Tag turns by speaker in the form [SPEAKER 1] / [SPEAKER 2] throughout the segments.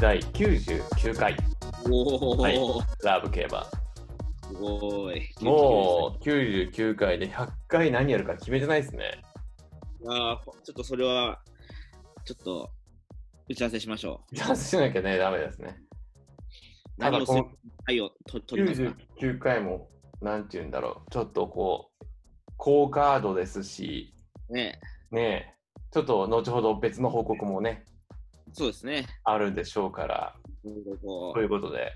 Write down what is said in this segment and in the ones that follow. [SPEAKER 1] 第99回
[SPEAKER 2] おお、
[SPEAKER 1] はい
[SPEAKER 2] す
[SPEAKER 1] ラブ競馬
[SPEAKER 2] ごい。
[SPEAKER 1] もう99回で100回何やるか決めてないですね
[SPEAKER 2] う。あーちょっとそれは、ちょっと、打ち合わせしましょう。
[SPEAKER 1] チャンスしなきゃねダメですねた
[SPEAKER 2] 何
[SPEAKER 1] だこ
[SPEAKER 2] をす
[SPEAKER 1] の
[SPEAKER 2] 愛をと取りますか
[SPEAKER 1] 99回もなんて言うんだろうちょっとこう高カードですし
[SPEAKER 2] ね
[SPEAKER 1] ねえちょっと後ほど別の報告もね
[SPEAKER 2] そうですね。
[SPEAKER 1] あるでしょうから
[SPEAKER 2] こ
[SPEAKER 1] ということで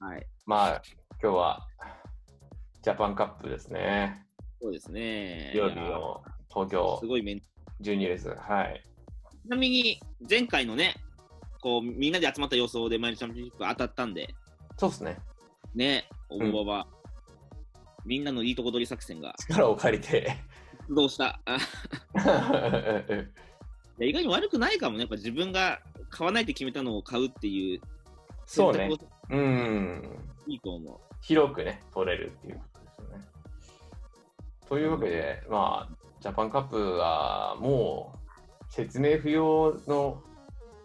[SPEAKER 2] うはい。
[SPEAKER 1] まあ今日はジャパンカップですね
[SPEAKER 2] そうですね。
[SPEAKER 1] いよい
[SPEAKER 2] いや
[SPEAKER 1] よ東
[SPEAKER 2] ー
[SPEAKER 1] 京
[SPEAKER 2] すごい面ち
[SPEAKER 1] 12レースはい
[SPEAKER 2] なみに、前回のね、こう、みんなで集まった予想でマイルチャンピオンシップ当たったんで、
[SPEAKER 1] そうっすね
[SPEAKER 2] ね、大馬場、みんなのいいとこ取り作戦が
[SPEAKER 1] 力を借り て
[SPEAKER 2] 発動した。あいや意外に悪くないかもね。やっぱ自分が買わないって決めたのを買うっていう
[SPEAKER 1] そう
[SPEAKER 2] 選
[SPEAKER 1] ね
[SPEAKER 2] 択を
[SPEAKER 1] うん
[SPEAKER 2] いいと思
[SPEAKER 1] 広くね取れるっていうことですよねというわけでまあジャパンカップはもう説明不要の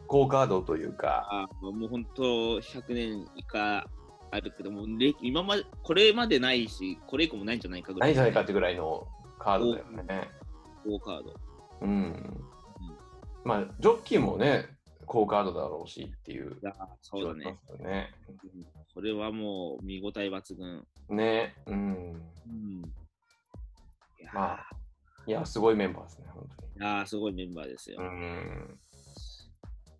[SPEAKER 1] 高カードという
[SPEAKER 2] う。
[SPEAKER 1] か
[SPEAKER 2] あーもう本当100年以下あるけども、れ今まで、これまでないし、これ以降もないんじゃないかぐら
[SPEAKER 1] ない
[SPEAKER 2] い。
[SPEAKER 1] んじゃないかってぐらいのカードだよね
[SPEAKER 2] ゴーカード。
[SPEAKER 1] うんまあジョッキーもね高カードだろうしっていう
[SPEAKER 2] いやーそうだね。
[SPEAKER 1] そうね
[SPEAKER 2] うんこれはもう見応え抜群。
[SPEAKER 1] ねうん
[SPEAKER 2] うん。いやー
[SPEAKER 1] まあいやすごいメンバーですね本当に
[SPEAKER 2] いやーすごいメンバーですよ。
[SPEAKER 1] うん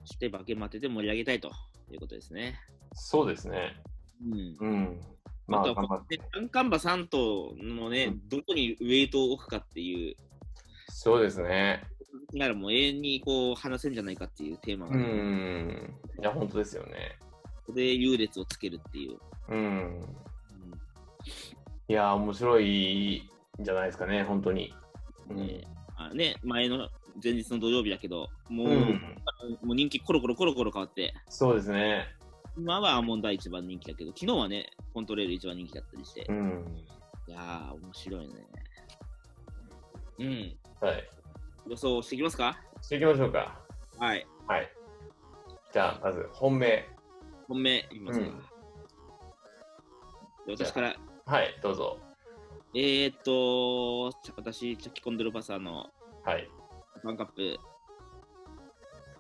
[SPEAKER 2] そして化け待てで盛り上げたいということですね。
[SPEAKER 1] そうですね
[SPEAKER 2] うん。
[SPEAKER 1] うんま
[SPEAKER 2] あ
[SPEAKER 1] あ
[SPEAKER 2] とは
[SPEAKER 1] 頑張
[SPEAKER 2] こ
[SPEAKER 1] っ
[SPEAKER 2] う
[SPEAKER 1] て
[SPEAKER 2] ね、アンカンバ3頭のね、
[SPEAKER 1] うん
[SPEAKER 2] どこにウェイトを置くかっていう、
[SPEAKER 1] そうですね
[SPEAKER 2] ならもう永遠にこう話せんじゃないかっていうテーマが、
[SPEAKER 1] う、ん。いや、本当ですよね。
[SPEAKER 2] ここで優劣をつけるっていう。
[SPEAKER 1] うん。いや、面白いんじゃないですかね、本当に。う
[SPEAKER 2] うんんねあね、前の前日の土曜日だけど、もう,、
[SPEAKER 1] うん。
[SPEAKER 2] もう人気コロコロコロコロ変わって、
[SPEAKER 1] そうですね。
[SPEAKER 2] 今はアーモンダー一番人気だけど、昨日はね、コントレール一番人気だったりして
[SPEAKER 1] う、ん。
[SPEAKER 2] いやー、面白いね。うん。
[SPEAKER 1] はい。
[SPEAKER 2] 予想していきますか
[SPEAKER 1] していきましょうか。
[SPEAKER 2] はい。
[SPEAKER 1] はい。じゃあ、まず、本命。
[SPEAKER 2] 本命いきますか。で私から、
[SPEAKER 1] はい、どうぞ。
[SPEAKER 2] えーっと、ちゃ私、チャキコンドルパサーの
[SPEAKER 1] はい。
[SPEAKER 2] ワンカップ、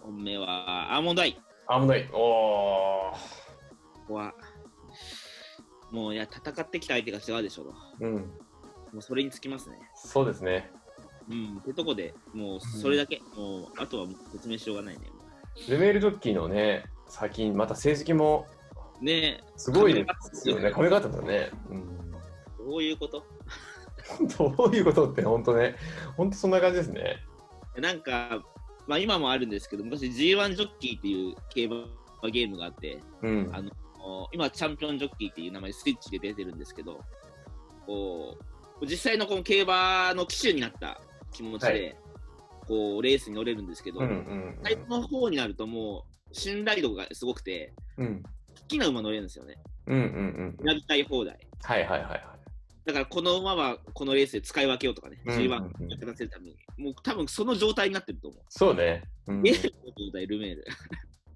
[SPEAKER 2] 本命はアーモンドアイ。
[SPEAKER 1] アーモンドアイ。おー。
[SPEAKER 2] ここは、もういや、戦ってきた相手が違うでしょうと。
[SPEAKER 1] うん。
[SPEAKER 2] もうそれにつきますね。
[SPEAKER 1] そうですね。
[SPEAKER 2] うん。ってとこで、もうそれだけ、もうあとはもう説明しようがないね。
[SPEAKER 1] ルメールジョッキーのね、最近、また成績も
[SPEAKER 2] ねえ、
[SPEAKER 1] すごいですよ ね。髪型だね。うん。
[SPEAKER 2] どういうこと
[SPEAKER 1] どういうことって、本当ね。本当そんな感じですね。
[SPEAKER 2] なんか、まあ今もあるんですけど、昔 G1 ジョッキーっていう競馬ゲームがあって、
[SPEAKER 1] うん。
[SPEAKER 2] あのこう今チャンピオンジョッキーっていう名前でスイッチで出てるんですけど、こう、実際のこの競馬の騎手になった気持ちで、
[SPEAKER 1] はい
[SPEAKER 2] こう、レースに乗れるんですけど、
[SPEAKER 1] うんうん
[SPEAKER 2] 最後の方になるともう、信頼度がすごくて、
[SPEAKER 1] うん、うん
[SPEAKER 2] 好きな馬乗れるんですよね。
[SPEAKER 1] うんうんうん。
[SPEAKER 2] 選びたい放題。
[SPEAKER 1] はいはいはいはい。
[SPEAKER 2] だからこの馬はこのレースで使い分けようとかね、
[SPEAKER 1] うん
[SPEAKER 2] G1
[SPEAKER 1] うんうん
[SPEAKER 2] 役立てるために、もう多分その状態になってると思う。
[SPEAKER 1] そうね。うん
[SPEAKER 2] ゲームの状態、ルメール。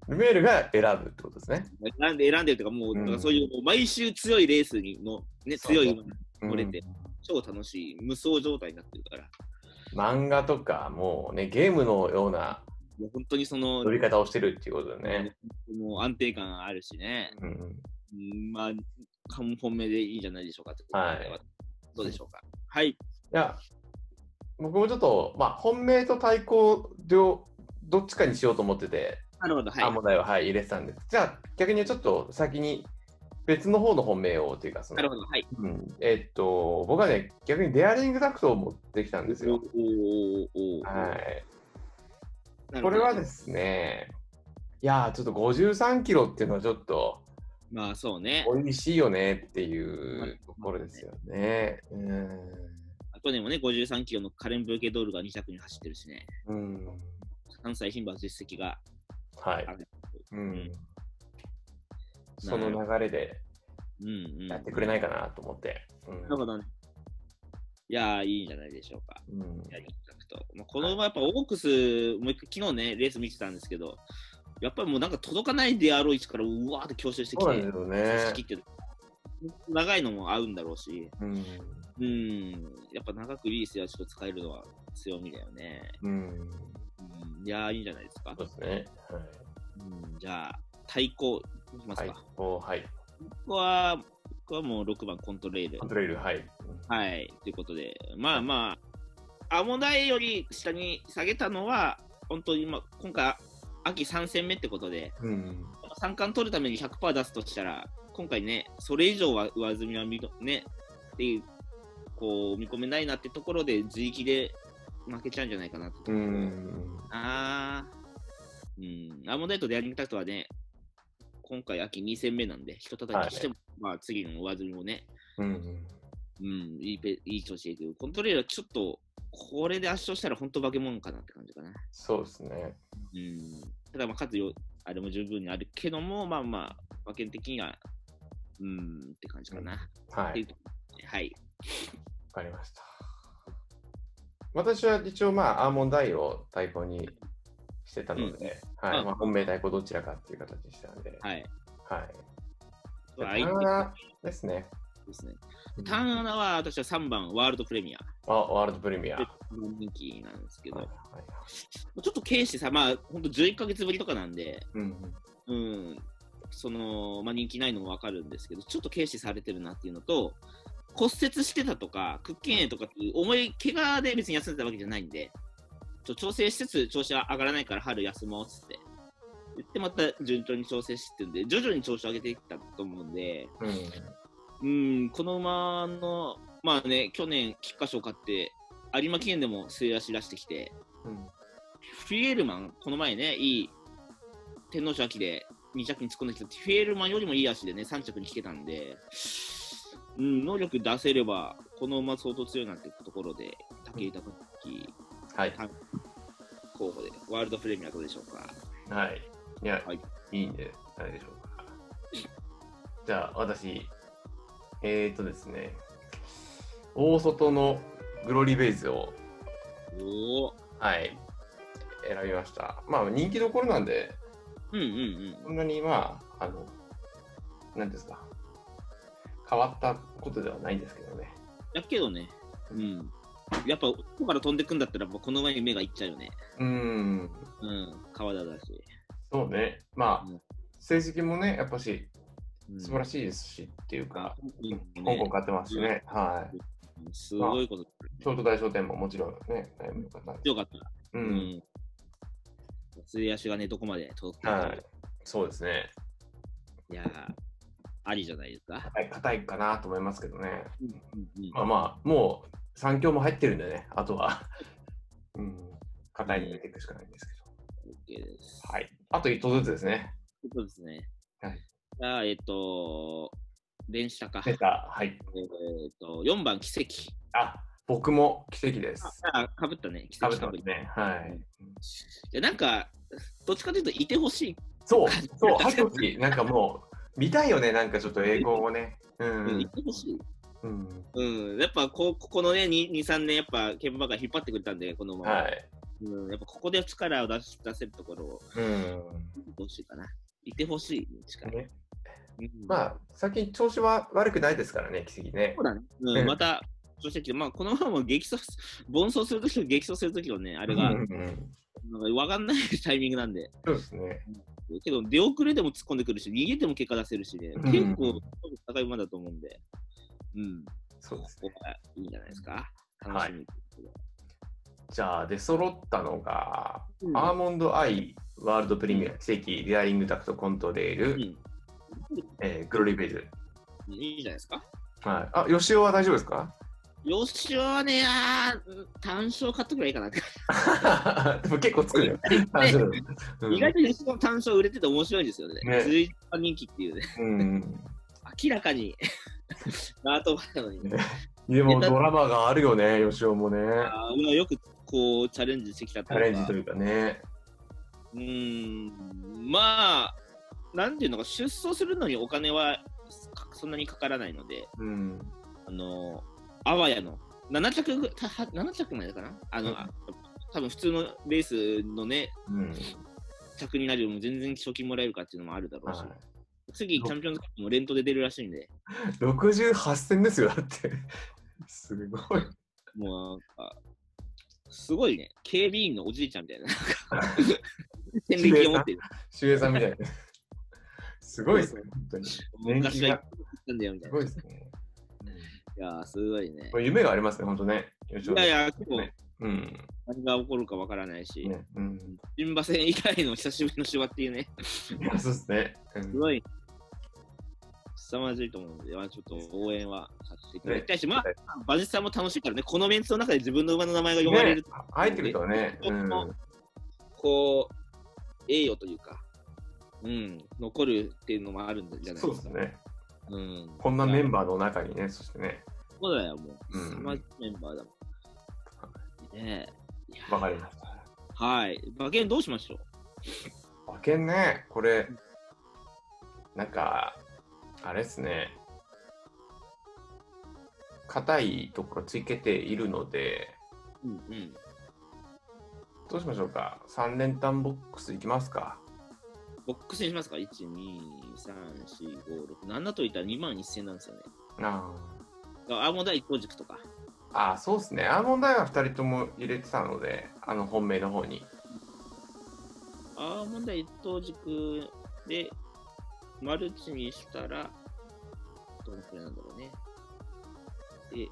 [SPEAKER 1] ルメールが選ぶってことですね。
[SPEAKER 2] 選んで選んでるというか、もう、
[SPEAKER 1] うん
[SPEAKER 2] だからそういう、もう毎週強いレースにの、ね、
[SPEAKER 1] そう
[SPEAKER 2] 強
[SPEAKER 1] ね
[SPEAKER 2] い馬に
[SPEAKER 1] うん
[SPEAKER 2] 乗れて超楽しい、無双状態になってるから、い
[SPEAKER 1] 漫画とかもうね、ゲームのような
[SPEAKER 2] や本当にその、
[SPEAKER 1] 乗り方をしてるっていうことだよね。
[SPEAKER 2] もう安定感あるしね、
[SPEAKER 1] うんうん、
[SPEAKER 2] うん、まあ、半本目でいいんじゃないでしょうかってことで
[SPEAKER 1] はい
[SPEAKER 2] どうでしょうか。はい、
[SPEAKER 1] いや、僕もちょっと、まあ、本命と対抗両、どっちかにしようと思ってて、
[SPEAKER 2] なるほど、はい。
[SPEAKER 1] あ問題は、はい、入れてたんです。じゃあ、逆にちょっと先に別の方の本命をというか、そ
[SPEAKER 2] なる
[SPEAKER 1] の、
[SPEAKER 2] ほど、はい。
[SPEAKER 1] うん、えっと、僕はね、逆にデアリングダクトを持ってきたんですよ。
[SPEAKER 2] おーおーおーおー
[SPEAKER 1] はい。
[SPEAKER 2] なる
[SPEAKER 1] こ
[SPEAKER 2] ほど
[SPEAKER 1] れはですね、いやー、ちょっと53キロっていうのはちょっと、
[SPEAKER 2] まあそうね。
[SPEAKER 1] 美味しいよねっていうところですよね。
[SPEAKER 2] あとでもね、53キロのカレン・ブーケドールが2着に走ってるしね。
[SPEAKER 1] うん。うん。
[SPEAKER 2] 関西牝馬実績が。
[SPEAKER 1] はい。うん。その流れで
[SPEAKER 2] うんうん。
[SPEAKER 1] やってくれないかなと思って。うん
[SPEAKER 2] なるほどね。いやー、いいんじゃないでしょうか。
[SPEAKER 1] うん
[SPEAKER 2] やりたくと。まあ、この馬、やっぱオークス、もう一回、昨日ね、レース見てたんですけど、やっぱりもうなんか届かないであろう位置からうわーって強襲してき
[SPEAKER 1] そうなん
[SPEAKER 2] て
[SPEAKER 1] ですよ
[SPEAKER 2] 差し
[SPEAKER 1] ね。
[SPEAKER 2] 切って長いのも合うんだろうし
[SPEAKER 1] うん。
[SPEAKER 2] うんやっぱ長くリリースはちょっと使えるのは強みだよね、
[SPEAKER 1] うん。
[SPEAKER 2] うん、いやーいいんじゃないですか
[SPEAKER 1] そうですね。はい。
[SPEAKER 2] うんじゃあ、対抗いきます
[SPEAKER 1] はい
[SPEAKER 2] か。。
[SPEAKER 1] おはい。
[SPEAKER 2] 僕は、僕はもう6番コントレール
[SPEAKER 1] コン。トレイル、はい。
[SPEAKER 2] はい。ということで、まあまあ、アモダイより下に下げたのは、本当に、まあ、今回、秋3戦目ってことで、
[SPEAKER 1] うん。
[SPEAKER 2] 3冠取るために100%出すとしたら、今回ね、それ以上は上積みは見とね、っていう、こう、見込めないなってところで、自力で負けちゃうんじゃないかなってとこ
[SPEAKER 1] う
[SPEAKER 2] ろ
[SPEAKER 1] ん。
[SPEAKER 2] ああ。うん。アーモンドエイトでやりたくはね、今回秋2戦目なんで、人叩きしても、まあ次の上積みもね、
[SPEAKER 1] うん。
[SPEAKER 2] うん、いいペいい調子でいく。コントレールはちょっと、これで圧勝したら本当化け物かなって感じかな。
[SPEAKER 1] そうですね。
[SPEAKER 2] うん。ただまあ、勝つよ、あれも十分にあるけども、まあまあ、馬券的には、うんって感じかな。
[SPEAKER 1] は
[SPEAKER 2] ってい
[SPEAKER 1] い。
[SPEAKER 2] うはい。
[SPEAKER 1] わかりました。私は一応まあ、アーモンドアイを対抗にしてたので、は
[SPEAKER 2] う
[SPEAKER 1] い。
[SPEAKER 2] ん
[SPEAKER 1] まあ、本命対抗どちらかっていう形でしたので、
[SPEAKER 2] はい。
[SPEAKER 1] はい。
[SPEAKER 2] 相
[SPEAKER 1] ターン
[SPEAKER 2] 手
[SPEAKER 1] アですね。
[SPEAKER 2] ですね。ターンアナは、私は3番、ワールドプレミア。
[SPEAKER 1] あ、ワールドプレミア。はい
[SPEAKER 2] 人気なんですけど
[SPEAKER 1] は、い
[SPEAKER 2] ちょっと軽視さ、まあ、ほんと11ヶ月ぶりとかなんで、
[SPEAKER 1] うん
[SPEAKER 2] うん、その、まあ、人気ないのもわかるんですけど、ちょっと軽視されてるなっていうのと、骨折してたとか、屈筋炎とかっていう重い怪我で別に休んでたわけじゃないんで、ちょ調整しつつ調子は上がらないから春休もうっつって。言ってまた順調に調整してるんで、徐々に調子を上げていったと思うんで、
[SPEAKER 1] うん
[SPEAKER 2] うん、この馬の、まあね、去年、菊花賞買って、有馬記念でも末足出してきて、
[SPEAKER 1] うん
[SPEAKER 2] フィエルマン、この前ね、いい天皇賞秋で2着に突っ込んできたフィエルマンよりもいい足でね、3着に来てたんで、うん、能力出せれば、この馬相当強いなってところで、武井孝樹
[SPEAKER 1] はい。
[SPEAKER 2] 候補で、ワールドプレミアどうでしょうか。
[SPEAKER 1] はい。いや、
[SPEAKER 2] はい
[SPEAKER 1] い、いんで、ないでしょうか。じゃあ、私、えーとですね、大外のグローリーベイズを、
[SPEAKER 2] おお、
[SPEAKER 1] はい、選びました。まあ、人気どころなんで、
[SPEAKER 2] うんうん
[SPEAKER 1] そんなに、まあ、あの、なんていうんですか、変わったことではないんですけどね。
[SPEAKER 2] うん。だけどね、うん。やっぱ、ここから飛んでくんだったら、この前に目がいっちゃうよね。
[SPEAKER 1] うーん、
[SPEAKER 2] うん、川田だし。
[SPEAKER 1] そうね。ま
[SPEAKER 2] うん
[SPEAKER 1] あ、成績もね、やっぱし、
[SPEAKER 2] うん
[SPEAKER 1] 素晴らしいですし、っていうか、
[SPEAKER 2] いいね
[SPEAKER 1] 香港勝ってますしね。はい。
[SPEAKER 2] すごいこと。
[SPEAKER 1] 京都大商店ももちろんね、悩みの方です。
[SPEAKER 2] 強かった。
[SPEAKER 1] う。
[SPEAKER 2] うんん。すり足がね、どこまで届くか。
[SPEAKER 1] はい。そうですね。
[SPEAKER 2] いやー、ありじゃないですか。
[SPEAKER 1] はい、硬いかなと思いますけどね。
[SPEAKER 2] うん
[SPEAKER 1] まあまあ、もう3強も入ってるんでね、あとは。うん。硬いの入れていくしかないんですけど。
[SPEAKER 2] OK です。。
[SPEAKER 1] はいい。あと一投ずつですね。
[SPEAKER 2] そうですね。
[SPEAKER 1] はい
[SPEAKER 2] じゃあ、えっ、と、電車か。え
[SPEAKER 1] 出
[SPEAKER 2] っ、
[SPEAKER 1] た。はい。
[SPEAKER 2] と、4番、奇跡。
[SPEAKER 1] あ、僕も奇跡です。
[SPEAKER 2] あ、かぶったね。奇
[SPEAKER 1] 食
[SPEAKER 2] 跡
[SPEAKER 1] べてますね。はい。
[SPEAKER 2] いや、なんか、どっちかというと、いてほしい。
[SPEAKER 1] そう、そう、入ってほしい。なんかもう、見たいよね、なんかちょっと英語をね。う
[SPEAKER 2] うん、い
[SPEAKER 1] ん。
[SPEAKER 2] てほしい。
[SPEAKER 1] うん、
[SPEAKER 2] うん、やっぱこう、ここのね、2、2 3年、やっぱ、ケンバが引っ張ってくれたんで、このまま。
[SPEAKER 1] はい。
[SPEAKER 2] うん、やっぱここで力を出し出せるところを、
[SPEAKER 1] うん。
[SPEAKER 2] どうしいかな。いてほしい、力。
[SPEAKER 1] ね
[SPEAKER 2] うん
[SPEAKER 1] まあ、最近調子は悪くないですからね、奇跡ね
[SPEAKER 2] そう。だね。
[SPEAKER 1] え
[SPEAKER 2] う
[SPEAKER 1] え
[SPEAKER 2] ん、また、そして、まあ、このまま激走す、奔走するときと激走するときのね、あれが、
[SPEAKER 1] うんうんうん
[SPEAKER 2] なんか分かんないタイミングなんで、
[SPEAKER 1] そうですね。
[SPEAKER 2] けど、出遅れでも突っ込んでくるし、逃げても結果出せるしね、
[SPEAKER 1] うん
[SPEAKER 2] 結構、高い馬だと思うんで、うん、
[SPEAKER 1] そうです
[SPEAKER 2] こ
[SPEAKER 1] ね。
[SPEAKER 2] こがいいんじゃないですか。
[SPEAKER 1] うん
[SPEAKER 2] 楽しみ。
[SPEAKER 1] じゃあ、出揃ったのが、
[SPEAKER 2] うん
[SPEAKER 1] アーモンドアイ、ワールドプレミア、奇跡、リアリングダクト、コントレール、えーグロリーベイズ。
[SPEAKER 2] うん、いいじゃないですか。
[SPEAKER 1] はい。あ、吉尾は大丈夫ですか
[SPEAKER 2] 吉尾はね、あー単勝買っとけばいいかな。
[SPEAKER 1] でも結構つくよ。大丈夫。うん
[SPEAKER 2] 意外と吉野単勝売れてて面白いんですよね。
[SPEAKER 1] ね
[SPEAKER 2] 随番人気っていうね。
[SPEAKER 1] うん。
[SPEAKER 2] 明らかに ナートバなのに、
[SPEAKER 1] ねでもドラマがあるよね、吉尾もね。
[SPEAKER 2] あーよくこうチャレンジしてきた
[SPEAKER 1] チャレンジと
[SPEAKER 2] う
[SPEAKER 1] いうかね。
[SPEAKER 2] うーんまあなんていうのか出走するのにお金はかそんなにかからないので
[SPEAKER 1] うん。
[SPEAKER 2] あのあわやの7着ぐたは7着までかなあの、
[SPEAKER 1] うん
[SPEAKER 2] あ多分普通のレースのね
[SPEAKER 1] うん。
[SPEAKER 2] 着になるよりも全然賞金もらえるかっていうのもあるだろうし、
[SPEAKER 1] は
[SPEAKER 2] 次、チャンピオンズカップも連投で出るらしいんで、
[SPEAKER 1] い、68戦ですよ、だって。すごい。
[SPEAKER 2] もうなんか、すごいね、警備員のおじいちゃんみ たいな、なんか、戦
[SPEAKER 1] きれい
[SPEAKER 2] 歴
[SPEAKER 1] な
[SPEAKER 2] を持ってる。
[SPEAKER 1] 秀平さんみたい な。すごいですね、本当に。年
[SPEAKER 2] 昔
[SPEAKER 1] 金
[SPEAKER 2] は
[SPEAKER 1] が
[SPEAKER 2] 行ったんだよみた
[SPEAKER 1] す
[SPEAKER 2] い
[SPEAKER 1] ご
[SPEAKER 2] な。
[SPEAKER 1] い
[SPEAKER 2] い
[SPEAKER 1] ですね。
[SPEAKER 2] やー、すごいね
[SPEAKER 1] こ。れ夢がありますね、本当ね。い
[SPEAKER 2] いやいや、結構
[SPEAKER 1] うん。
[SPEAKER 2] 何が起こるかわからないし、
[SPEAKER 1] ねうん、
[SPEAKER 2] 新馬戦以外の久しぶりの手話っていうね、
[SPEAKER 1] いやそうですね。う
[SPEAKER 2] す
[SPEAKER 1] ん
[SPEAKER 2] ごい、凄まじいと思うので、まあちょっと応援はさせていただきたいし、まあ、馬術さんも楽しいからね、このメンツの中で自分の馬の名前が呼ばれる
[SPEAKER 1] ね、入ってるとはね、うん、
[SPEAKER 2] こう、栄誉というか、うん、残るっていうのもあるんじゃない
[SPEAKER 1] そう
[SPEAKER 2] で
[SPEAKER 1] ですす
[SPEAKER 2] か。
[SPEAKER 1] ね。
[SPEAKER 2] うん、
[SPEAKER 1] こんなメン
[SPEAKER 2] バー。
[SPEAKER 1] バーの中にね、そしてね、
[SPEAKER 2] そうだよ、もう。
[SPEAKER 1] うん
[SPEAKER 2] 凄まじいメンバーだもん。ねえ。いや
[SPEAKER 1] わかりました。
[SPEAKER 2] はい。馬券どうしましょう
[SPEAKER 1] 馬券ね、これ、なんか、あれですね、硬いところついけているので、
[SPEAKER 2] うんうん。
[SPEAKER 1] どうしましょうか、3連単ボックスいきますか。
[SPEAKER 2] ボックスにしますか ?1、2、3、4、5、6、7といったら2万1000なんですよね。
[SPEAKER 1] あ
[SPEAKER 2] あ、もう第1項軸とか。
[SPEAKER 1] ーあー、そうですね、アーモンドアイは2人とも入れてたので、あの本命の方に。
[SPEAKER 2] ああ、問題一等軸で、マルチにしたら、どのくらいなんだろうね。で、1、2、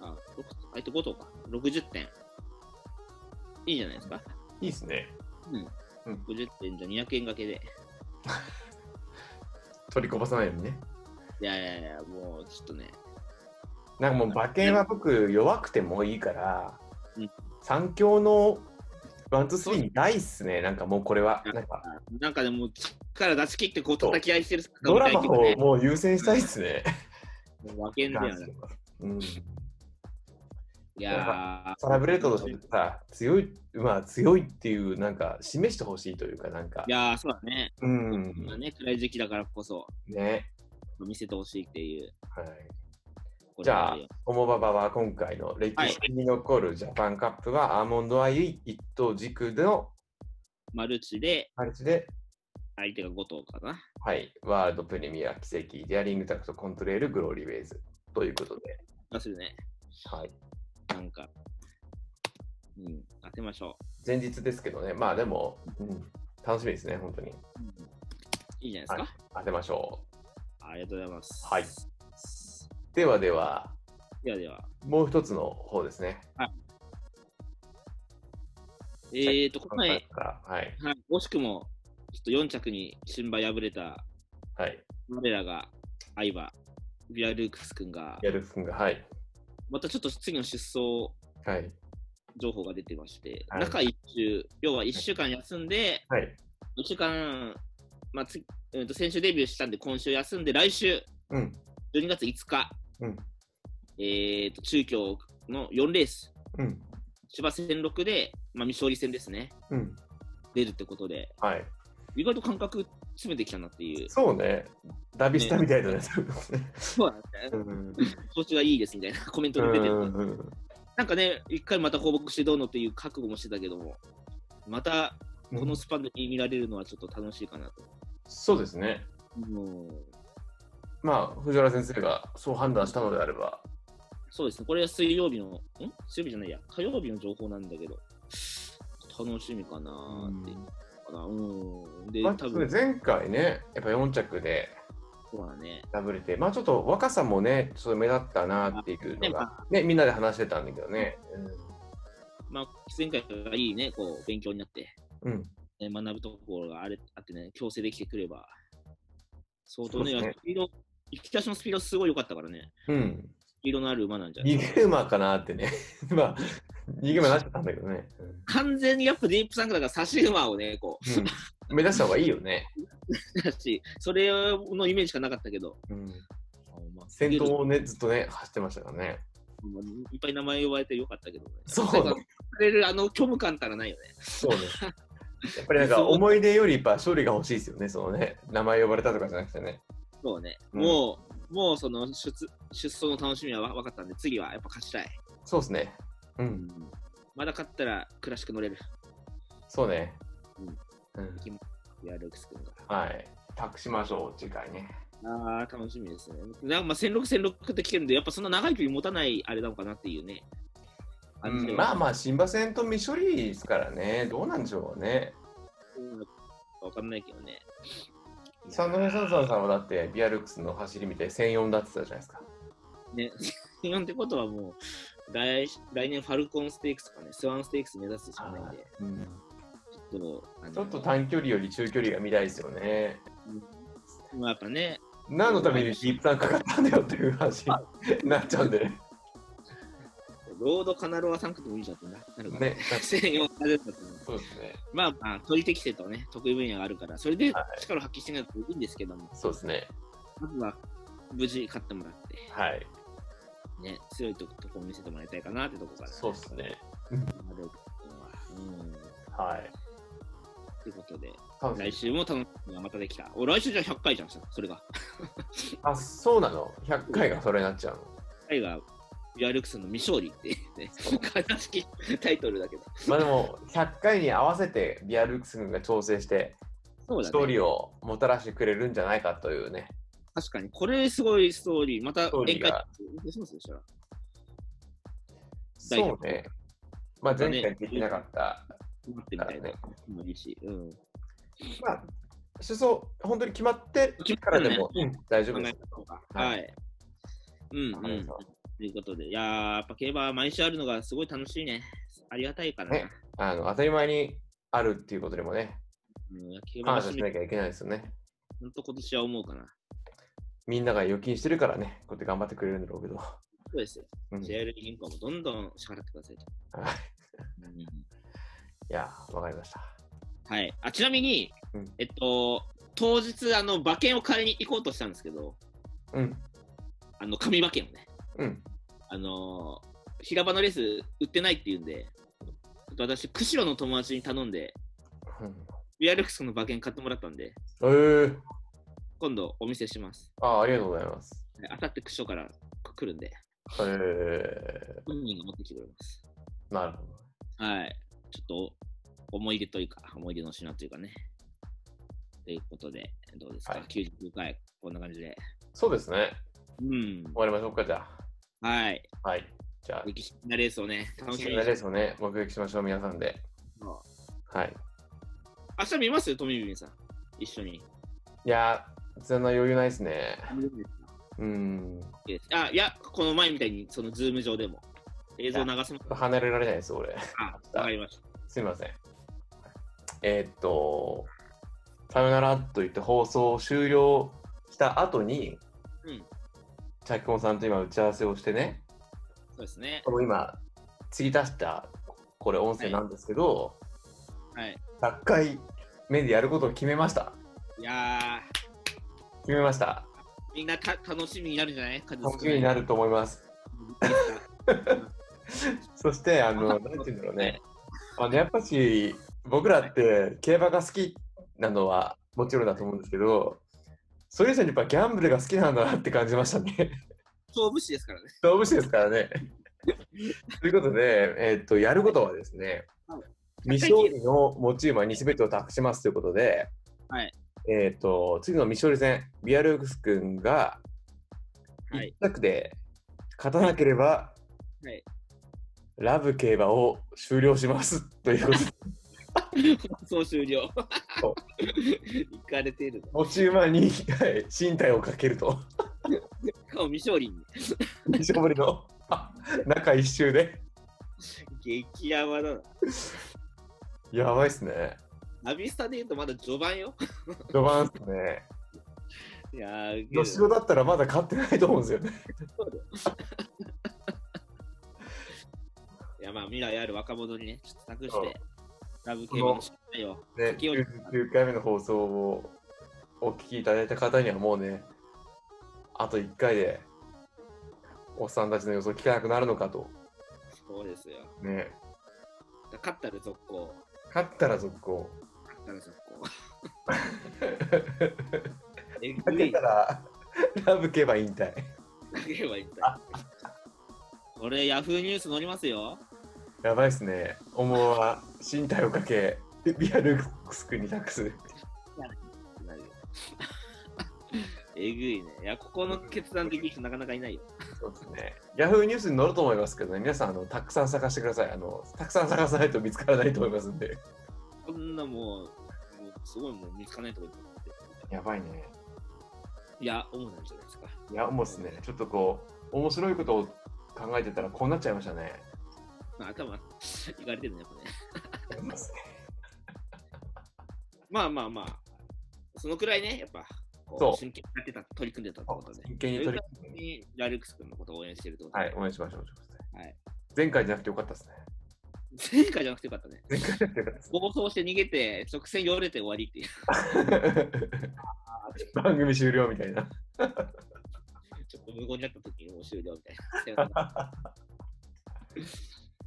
[SPEAKER 2] あ、6、相手5等か。60点。いいじゃないですか。
[SPEAKER 1] いいですね、
[SPEAKER 2] 60点じゃ200円掛けで。
[SPEAKER 1] 取りこぼさないようにね。
[SPEAKER 2] いやいやいや、もうちょっとね。
[SPEAKER 1] なんかもう馬券は僕弱くてもいいから、
[SPEAKER 2] うん
[SPEAKER 1] 三強のワンツースリーにないっすね、なんかもうこれは。なんか
[SPEAKER 2] なんかでも、力出し切ってこう叩き合いしてる姿
[SPEAKER 1] ド
[SPEAKER 2] を
[SPEAKER 1] ラ
[SPEAKER 2] 見た
[SPEAKER 1] マ
[SPEAKER 2] いけど
[SPEAKER 1] を
[SPEAKER 2] ね。
[SPEAKER 1] もう優先したいっすね。
[SPEAKER 2] もう分けんだよね。
[SPEAKER 1] うん、
[SPEAKER 2] いやー
[SPEAKER 1] サラブレートとしてさ強い、まあ、強いっていうなんか示してほしいというかなんか
[SPEAKER 2] いやーそうだね。
[SPEAKER 1] う
[SPEAKER 2] まあ
[SPEAKER 1] ん
[SPEAKER 2] ね、暗い時期だからこそ、
[SPEAKER 1] ね、
[SPEAKER 2] 見せてほしいっていう。
[SPEAKER 1] はい、
[SPEAKER 2] これ
[SPEAKER 1] じゃあ
[SPEAKER 2] るよ
[SPEAKER 1] オモババは今回の歴史に残るジャパンカップは、アーモンドアイ一等軸の
[SPEAKER 2] マルチで
[SPEAKER 1] 感じで
[SPEAKER 2] 相手が5頭かな。
[SPEAKER 1] はい、ワールドプレミア、奇跡、デアリングタクト、コントレール、グローリーウェイズということで、
[SPEAKER 2] 出するね。
[SPEAKER 1] はい、
[SPEAKER 2] なんか。うん、当てましょ
[SPEAKER 1] 前日ですけどね、まあでも、うん、楽しみですね、本当に。
[SPEAKER 2] う。いいじゃないです
[SPEAKER 1] 当てましょ
[SPEAKER 2] か。ありがとうございます。
[SPEAKER 1] はい。う。ではでは、
[SPEAKER 2] ではでは。
[SPEAKER 1] もう一つの方ですね。
[SPEAKER 2] えーと、この前、
[SPEAKER 1] はい、
[SPEAKER 2] はい、惜しくも、ちょっと4着に新馬敗れた
[SPEAKER 1] はい、
[SPEAKER 2] 我らが相葉、ビアルークス君が、
[SPEAKER 1] やるくんが、はい、
[SPEAKER 2] またちょっと次の出走
[SPEAKER 1] はい、
[SPEAKER 2] 情報が出てまして、
[SPEAKER 1] はい
[SPEAKER 2] 中1週、要は1週間休んで、
[SPEAKER 1] はい、
[SPEAKER 2] 1週間、まあつうん、と先週デビューしたんで、今週休んで、来週、
[SPEAKER 1] うん、
[SPEAKER 2] 12月5日、
[SPEAKER 1] うん、
[SPEAKER 2] えー、と中京の4レース、
[SPEAKER 1] うん、
[SPEAKER 2] 芝戦6で、まあ、未勝利戦ですね、
[SPEAKER 1] うん、
[SPEAKER 2] 出るってことで、
[SPEAKER 1] はい。
[SPEAKER 2] 意外と感覚詰めてきたなっていう、
[SPEAKER 1] そうね、ダビスタみたいだね、そうですね。
[SPEAKER 2] そうなんで
[SPEAKER 1] う
[SPEAKER 2] すね、
[SPEAKER 1] ん
[SPEAKER 2] 調子がいいですみたいな コメントで出てる、なんかね、一回また放牧してどうのっていう覚悟もしてたけども、またこのスパンで見られるのはちょっと楽しいかなと。
[SPEAKER 1] そうですね。
[SPEAKER 2] もう
[SPEAKER 1] まあ、藤原先生がそう判断したのであれば、
[SPEAKER 2] そうですね、これは水曜日の、ん水曜日じゃないや、火曜日の情報なんだけど、楽しみかなーっていうかな、うん。で、
[SPEAKER 1] まあ、
[SPEAKER 2] 多
[SPEAKER 1] それ
[SPEAKER 2] 分
[SPEAKER 1] 前回ね、やっぱ4着で
[SPEAKER 2] そうだね。
[SPEAKER 1] ダブルて、まあちょっと若さもね、ちょっと目立ったなっていうの
[SPEAKER 2] ねま
[SPEAKER 1] が、ね、みんなで話してたんだけどね。
[SPEAKER 2] まあ、前回からいいね、こう、勉強になって、
[SPEAKER 1] うん。うん
[SPEAKER 2] ね、学ぶところがあれあってね、強制できてくれば、相当
[SPEAKER 1] そう
[SPEAKER 2] ね、
[SPEAKER 1] ですね
[SPEAKER 2] スピード、行き出しのスピードすごい良かったからね、
[SPEAKER 1] うん。
[SPEAKER 2] スピードのある馬なんじゃない
[SPEAKER 1] 逃げ馬かなってね。 まあ、逃げ馬になっちゃったんだけどね。うん
[SPEAKER 2] 完全にやっぱディープさんからが差し馬をね、こ う、
[SPEAKER 1] うん、目指した方がいいよね。
[SPEAKER 2] だし、それのイメージしかなかったけど、
[SPEAKER 1] うん、
[SPEAKER 2] まあ
[SPEAKER 1] 先頭をね、ずっとね、走ってましたからね。
[SPEAKER 2] いっぱい名前呼ばれてよかったけどね。
[SPEAKER 1] そう
[SPEAKER 2] なんかされるあの虚無感たらないよね。
[SPEAKER 1] そうね。やっぱり なんか思い出よりやっぱ勝利が欲しいですよね、そのね、名前呼ばれたとかじゃなくてね。
[SPEAKER 2] そうね。
[SPEAKER 1] うん
[SPEAKER 2] もう、もうその出出走の楽しみは分かったんで、次はやっぱ勝ちたい。
[SPEAKER 1] そうですね。うん。
[SPEAKER 2] まだ勝ったらクラシック乗れる。
[SPEAKER 1] そうね。うん
[SPEAKER 2] いや、ルークス君が。
[SPEAKER 1] はい。託しましょう、次回ね。
[SPEAKER 2] ああ、楽しみですね。なんかまあ、戦六戦六って来てるんで、やっぱそんな長い距離持たないあれなのかなっていうね。
[SPEAKER 1] うんまあま
[SPEAKER 2] あ。
[SPEAKER 1] あ、新馬戦と未処理ですからね、どうなんでしょうね。
[SPEAKER 2] わかんないけどね。
[SPEAKER 1] サンドフェサンサンさんはだって、ビアルックスの走り見て1004だってたじゃないですか。
[SPEAKER 2] ね、4ってことはもう来、来年ファルコンステークスとかね、スワンステークス目指すしかないんで、
[SPEAKER 1] うん
[SPEAKER 2] ちょっと、あの
[SPEAKER 1] ちょっと短距離より中距離が見たいですよね。
[SPEAKER 2] まあやっぱね、
[SPEAKER 1] 何のためにリップさんかかったんだよっていう話になっちゃうん で。
[SPEAKER 2] ロードカナロア3区でもいいじゃんってなな るから
[SPEAKER 1] ね。
[SPEAKER 2] 1004が出たと思う
[SPEAKER 1] そうですね。
[SPEAKER 2] まあまあ、取り適性とね、得意分野があるから、それで
[SPEAKER 1] は
[SPEAKER 2] 力を発揮してないといいんですけども、
[SPEAKER 1] そうですね。
[SPEAKER 2] まずは無事勝ってもらって、
[SPEAKER 1] はい。
[SPEAKER 2] ね、強いととこを見せてもらいたいかなってとこから、
[SPEAKER 1] そうですね。
[SPEAKER 2] まあルーク君はうん。
[SPEAKER 1] はい。
[SPEAKER 2] ということで、
[SPEAKER 1] 楽しみ
[SPEAKER 2] 来週も楽しみがまたできた。お来週じゃあ100回じゃん、それが。
[SPEAKER 1] あ、そうなの ?100 回がそれになっちゃうの。
[SPEAKER 2] タイがビアルクスの未勝利っていうね、悲しきタイトルだけど。
[SPEAKER 1] まあでも、100回に合わせてビアルックス君が調整して、
[SPEAKER 2] そう
[SPEAKER 1] ス
[SPEAKER 2] だ
[SPEAKER 1] トーリ
[SPEAKER 2] ね。
[SPEAKER 1] ーをもたらしてくれるんじゃないかというね。
[SPEAKER 2] 確かに、これすごいストーリー。また
[SPEAKER 1] ストーリーが
[SPEAKER 2] 宴会しますでしたら。大丈
[SPEAKER 1] そ
[SPEAKER 2] 夫
[SPEAKER 1] うね。まあ前回できなかった
[SPEAKER 2] 待ってみたいな。もいいし。うん。
[SPEAKER 1] まあ、思想、本当に決まってからでも、うん大丈夫
[SPEAKER 2] 考
[SPEAKER 1] で
[SPEAKER 2] え
[SPEAKER 1] す。
[SPEAKER 2] た方が。
[SPEAKER 1] は
[SPEAKER 2] はいい。うん、
[SPEAKER 1] わ
[SPEAKER 2] う
[SPEAKER 1] かりまし
[SPEAKER 2] ん。
[SPEAKER 1] た
[SPEAKER 2] ということで、いやー、やっぱ競馬は毎週あるのがすごい楽しいね。ありがたいから
[SPEAKER 1] ね
[SPEAKER 2] ね。
[SPEAKER 1] あの当たり前にあるっていうことでもね、
[SPEAKER 2] うん、競馬
[SPEAKER 1] 感
[SPEAKER 2] は
[SPEAKER 1] 謝し
[SPEAKER 2] 本
[SPEAKER 1] なきゃいけないですよね。
[SPEAKER 2] 当今年は思うかな。
[SPEAKER 1] みんなが預金してるからね、こうやって頑張ってくれるんだろうけど。
[SPEAKER 2] そうですよ。
[SPEAKER 1] うん、い
[SPEAKER 2] JL 銀行もどんどん支払ってくださいと。
[SPEAKER 1] はい
[SPEAKER 2] うん
[SPEAKER 1] や、わかりました。
[SPEAKER 2] はい。あ、ちなみに、
[SPEAKER 1] うん
[SPEAKER 2] えっと、当日、あの、馬券を買いに行こうとしたんですけど、
[SPEAKER 1] うん、
[SPEAKER 2] あの、紙馬券をね、
[SPEAKER 1] うん。
[SPEAKER 2] あのー平場のレース売ってないって言うんで、ちょっと私、釧路の友達に頼んで、
[SPEAKER 1] うん
[SPEAKER 2] ビアルクスの馬券買ってもらったんで、
[SPEAKER 1] えー、
[SPEAKER 2] 今度お見せします。
[SPEAKER 1] あありがとうございます。
[SPEAKER 2] あさって釧路から来るんで、
[SPEAKER 1] えー、
[SPEAKER 2] 本人が持ってきてくれます。
[SPEAKER 1] なるほど。
[SPEAKER 2] はい。ちょっと、思い出というか、思い出の品というかね。ということで、どうですか、
[SPEAKER 1] はい
[SPEAKER 2] ?99 回、こんな感じで。
[SPEAKER 1] そうですね。
[SPEAKER 2] うん。
[SPEAKER 1] 終わりましょうか、じゃ
[SPEAKER 2] はい。
[SPEAKER 1] あ。はい。じゃあ、
[SPEAKER 2] 歴史的なレースをね、楽しみ
[SPEAKER 1] 新
[SPEAKER 2] に
[SPEAKER 1] な
[SPEAKER 2] して
[SPEAKER 1] レースをね、目撃しましょう、皆さんで。
[SPEAKER 2] 明
[SPEAKER 1] はい。
[SPEAKER 2] 日見ますよ、トミービビンさん。一緒に。
[SPEAKER 1] いやー、そんな余裕ないですね。
[SPEAKER 2] い
[SPEAKER 1] うん。
[SPEAKER 2] いですあ、いや、この前みたいに、そのズーム上でも。映像流せますか
[SPEAKER 1] 離れられないです、俺。
[SPEAKER 2] あわかりまし
[SPEAKER 1] すみません。えーっと、さよならと言って放送終了した後に、
[SPEAKER 2] うん
[SPEAKER 1] チャキコンさんと今打ち合わせをしてね、
[SPEAKER 2] た。そうですね。
[SPEAKER 1] この今、継ぎ足した、これ音声なんですけど、
[SPEAKER 2] はい。
[SPEAKER 1] 100回目でやることを決めました。
[SPEAKER 2] いや
[SPEAKER 1] 決めました。
[SPEAKER 2] ー、みんなた楽しみになるんじゃない数
[SPEAKER 1] 楽しみになると思います。そして、あ の、なんて言うんだろうね。あの、やっぱし、僕らって競馬が好きなのはもちろんだと思うんですけど、それ以上にやっぱギャンブルが好きなんだなって感じましたね。
[SPEAKER 2] 勝負師ですからね。
[SPEAKER 1] 動物ですからね。 ということで、えっと、やることはですね
[SPEAKER 2] はい、
[SPEAKER 1] 未勝利の持ち馬に全てを託しますということで、
[SPEAKER 2] はい
[SPEAKER 1] えっと、次の未勝利戦、ビアルークス君が
[SPEAKER 2] はい
[SPEAKER 1] 一択で勝たなければ、
[SPEAKER 2] はい
[SPEAKER 1] ラブ競馬を終了しますという ことで、
[SPEAKER 2] そう終了。
[SPEAKER 1] そう
[SPEAKER 2] 行かれているの。
[SPEAKER 1] 持ち馬に、はい、身体をかける と、
[SPEAKER 2] 顔未勝利に。
[SPEAKER 1] 未勝利のあ中一周で、
[SPEAKER 2] 激ヤバだな。
[SPEAKER 1] やばいっすね。
[SPEAKER 2] ナビスタで言うとまだ序盤よ。
[SPEAKER 1] 序盤っすね。
[SPEAKER 2] いやー、ウケる
[SPEAKER 1] 吉尾だったらまだ勝ってないと思うんですよね。
[SPEAKER 2] いやまあ未来ある若者にね、ちょっと託し
[SPEAKER 1] そう
[SPEAKER 2] て、ラブ競馬の失敗を。
[SPEAKER 1] ね、
[SPEAKER 2] 時折
[SPEAKER 1] 99回目の放送をお聞きいただいた方にはもうね、あと1回で、おっさんたちの予想聞かなくなるのかと。
[SPEAKER 2] そうですよ。
[SPEAKER 1] ね、
[SPEAKER 2] 勝ったら続行。
[SPEAKER 1] 勝ったら続 行。
[SPEAKER 2] 勝ったら続行。
[SPEAKER 1] 負
[SPEAKER 2] えぐ
[SPEAKER 1] け
[SPEAKER 2] い
[SPEAKER 1] た。ら、ラブ競馬引退。
[SPEAKER 2] 投げればいいんだ。これ、ヤフーニュース載りますよ。
[SPEAKER 1] やばいっすね。思うは身体をかけ、ビアルックス君に託す。
[SPEAKER 2] なるよ。えぐいね。いや、ここの決断できる人なかなかいないよ。
[SPEAKER 1] そうですね。ヤフーニュースに載ると思いますけどね、皆さんあのたくさん探してくださいあの。たくさん探さないと見つからないと思いますんで。
[SPEAKER 2] こんなもう、もうすごいもう見つかんないとこ行って。
[SPEAKER 1] やばいね。
[SPEAKER 2] いや、主なんじゃないですか。
[SPEAKER 1] いや、もうですね、ちょっとこう、面白いことを考えてたらこうなっちゃいましたね。
[SPEAKER 2] まあ、頭、いかれてるね、やっぱね。まあまあまあ、そのくらいね、やっぱ、こ
[SPEAKER 1] そう
[SPEAKER 2] 真剣にやってた、取り組んでたってことで。
[SPEAKER 1] 真剣に取り組んで
[SPEAKER 2] 本当にラルクス君のことを応援してるってこと
[SPEAKER 1] は
[SPEAKER 2] で
[SPEAKER 1] い、応援しましょう。
[SPEAKER 2] はい。
[SPEAKER 1] 前回じゃなくてよかった ですね。
[SPEAKER 2] 前回じゃなくてよかったね。
[SPEAKER 1] 前回じゃなくてよかったです
[SPEAKER 2] 暴走して逃げて、直線よれて終わりっていう。
[SPEAKER 1] 番組終了みたいな。
[SPEAKER 2] ちょっと無言になった時にもう終了みたいなさよなら。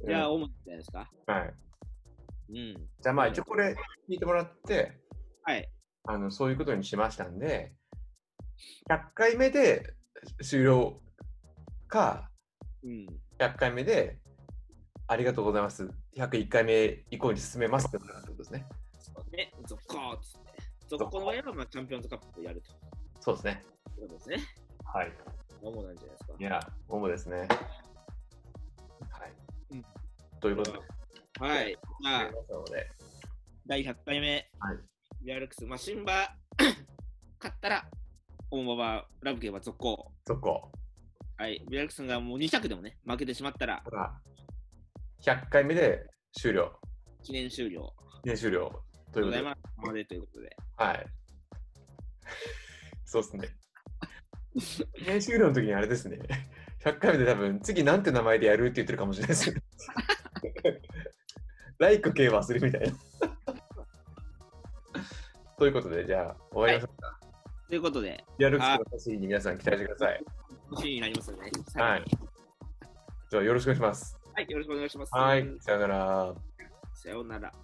[SPEAKER 2] じゃあ、
[SPEAKER 1] うん
[SPEAKER 2] 主なんじゃないですか。
[SPEAKER 1] はい。
[SPEAKER 2] うん。
[SPEAKER 1] じゃあまあ一応これ聞いてもらって、
[SPEAKER 2] はい。
[SPEAKER 1] あのそういうことにしましたんで、100回目で終了か、
[SPEAKER 2] うん。
[SPEAKER 1] 100回目でありがとうございます、101回目以降に進めますってことですね。
[SPEAKER 2] そうね、続行っつって。続行の場合は、まあ、チャンピオンズカップでやると。
[SPEAKER 1] そうですね。
[SPEAKER 2] いうことですね。
[SPEAKER 1] はい。
[SPEAKER 2] 主なんじゃないですか
[SPEAKER 1] い。や、主ですね。はい。
[SPEAKER 2] うん
[SPEAKER 1] ということで、
[SPEAKER 2] はい。じゃあ、
[SPEAKER 1] なので
[SPEAKER 2] 第100回目、
[SPEAKER 1] はい
[SPEAKER 2] リアルックス、マシンバ 勝ったら、オンババラブゲーは続行。
[SPEAKER 1] そこ、
[SPEAKER 2] はい。リアルックスがもう2着でもね、負けてしまったら、
[SPEAKER 1] ほら、100回目で終了、
[SPEAKER 2] 記念終了。
[SPEAKER 1] 記念終了ということ
[SPEAKER 2] ござい
[SPEAKER 1] で、
[SPEAKER 2] ます。ここまでということで。
[SPEAKER 1] はい。 そうですね。記念終了の時にあれですね、100回目で多分、次なんて名前でやるって言ってるかもしれないです。 ライク系はするみたいな。ということで、じゃあ、終わりましょう。
[SPEAKER 2] ということで、
[SPEAKER 1] リアルクスの走りに皆さん期待してください。
[SPEAKER 2] 楽しみになりますので、
[SPEAKER 1] は
[SPEAKER 2] ね、
[SPEAKER 1] い
[SPEAKER 2] 最後に
[SPEAKER 1] じゃあ、よろしくお願いします。
[SPEAKER 2] はい。よろしくお願いします。
[SPEAKER 1] はい、さよなら。
[SPEAKER 2] さようなら。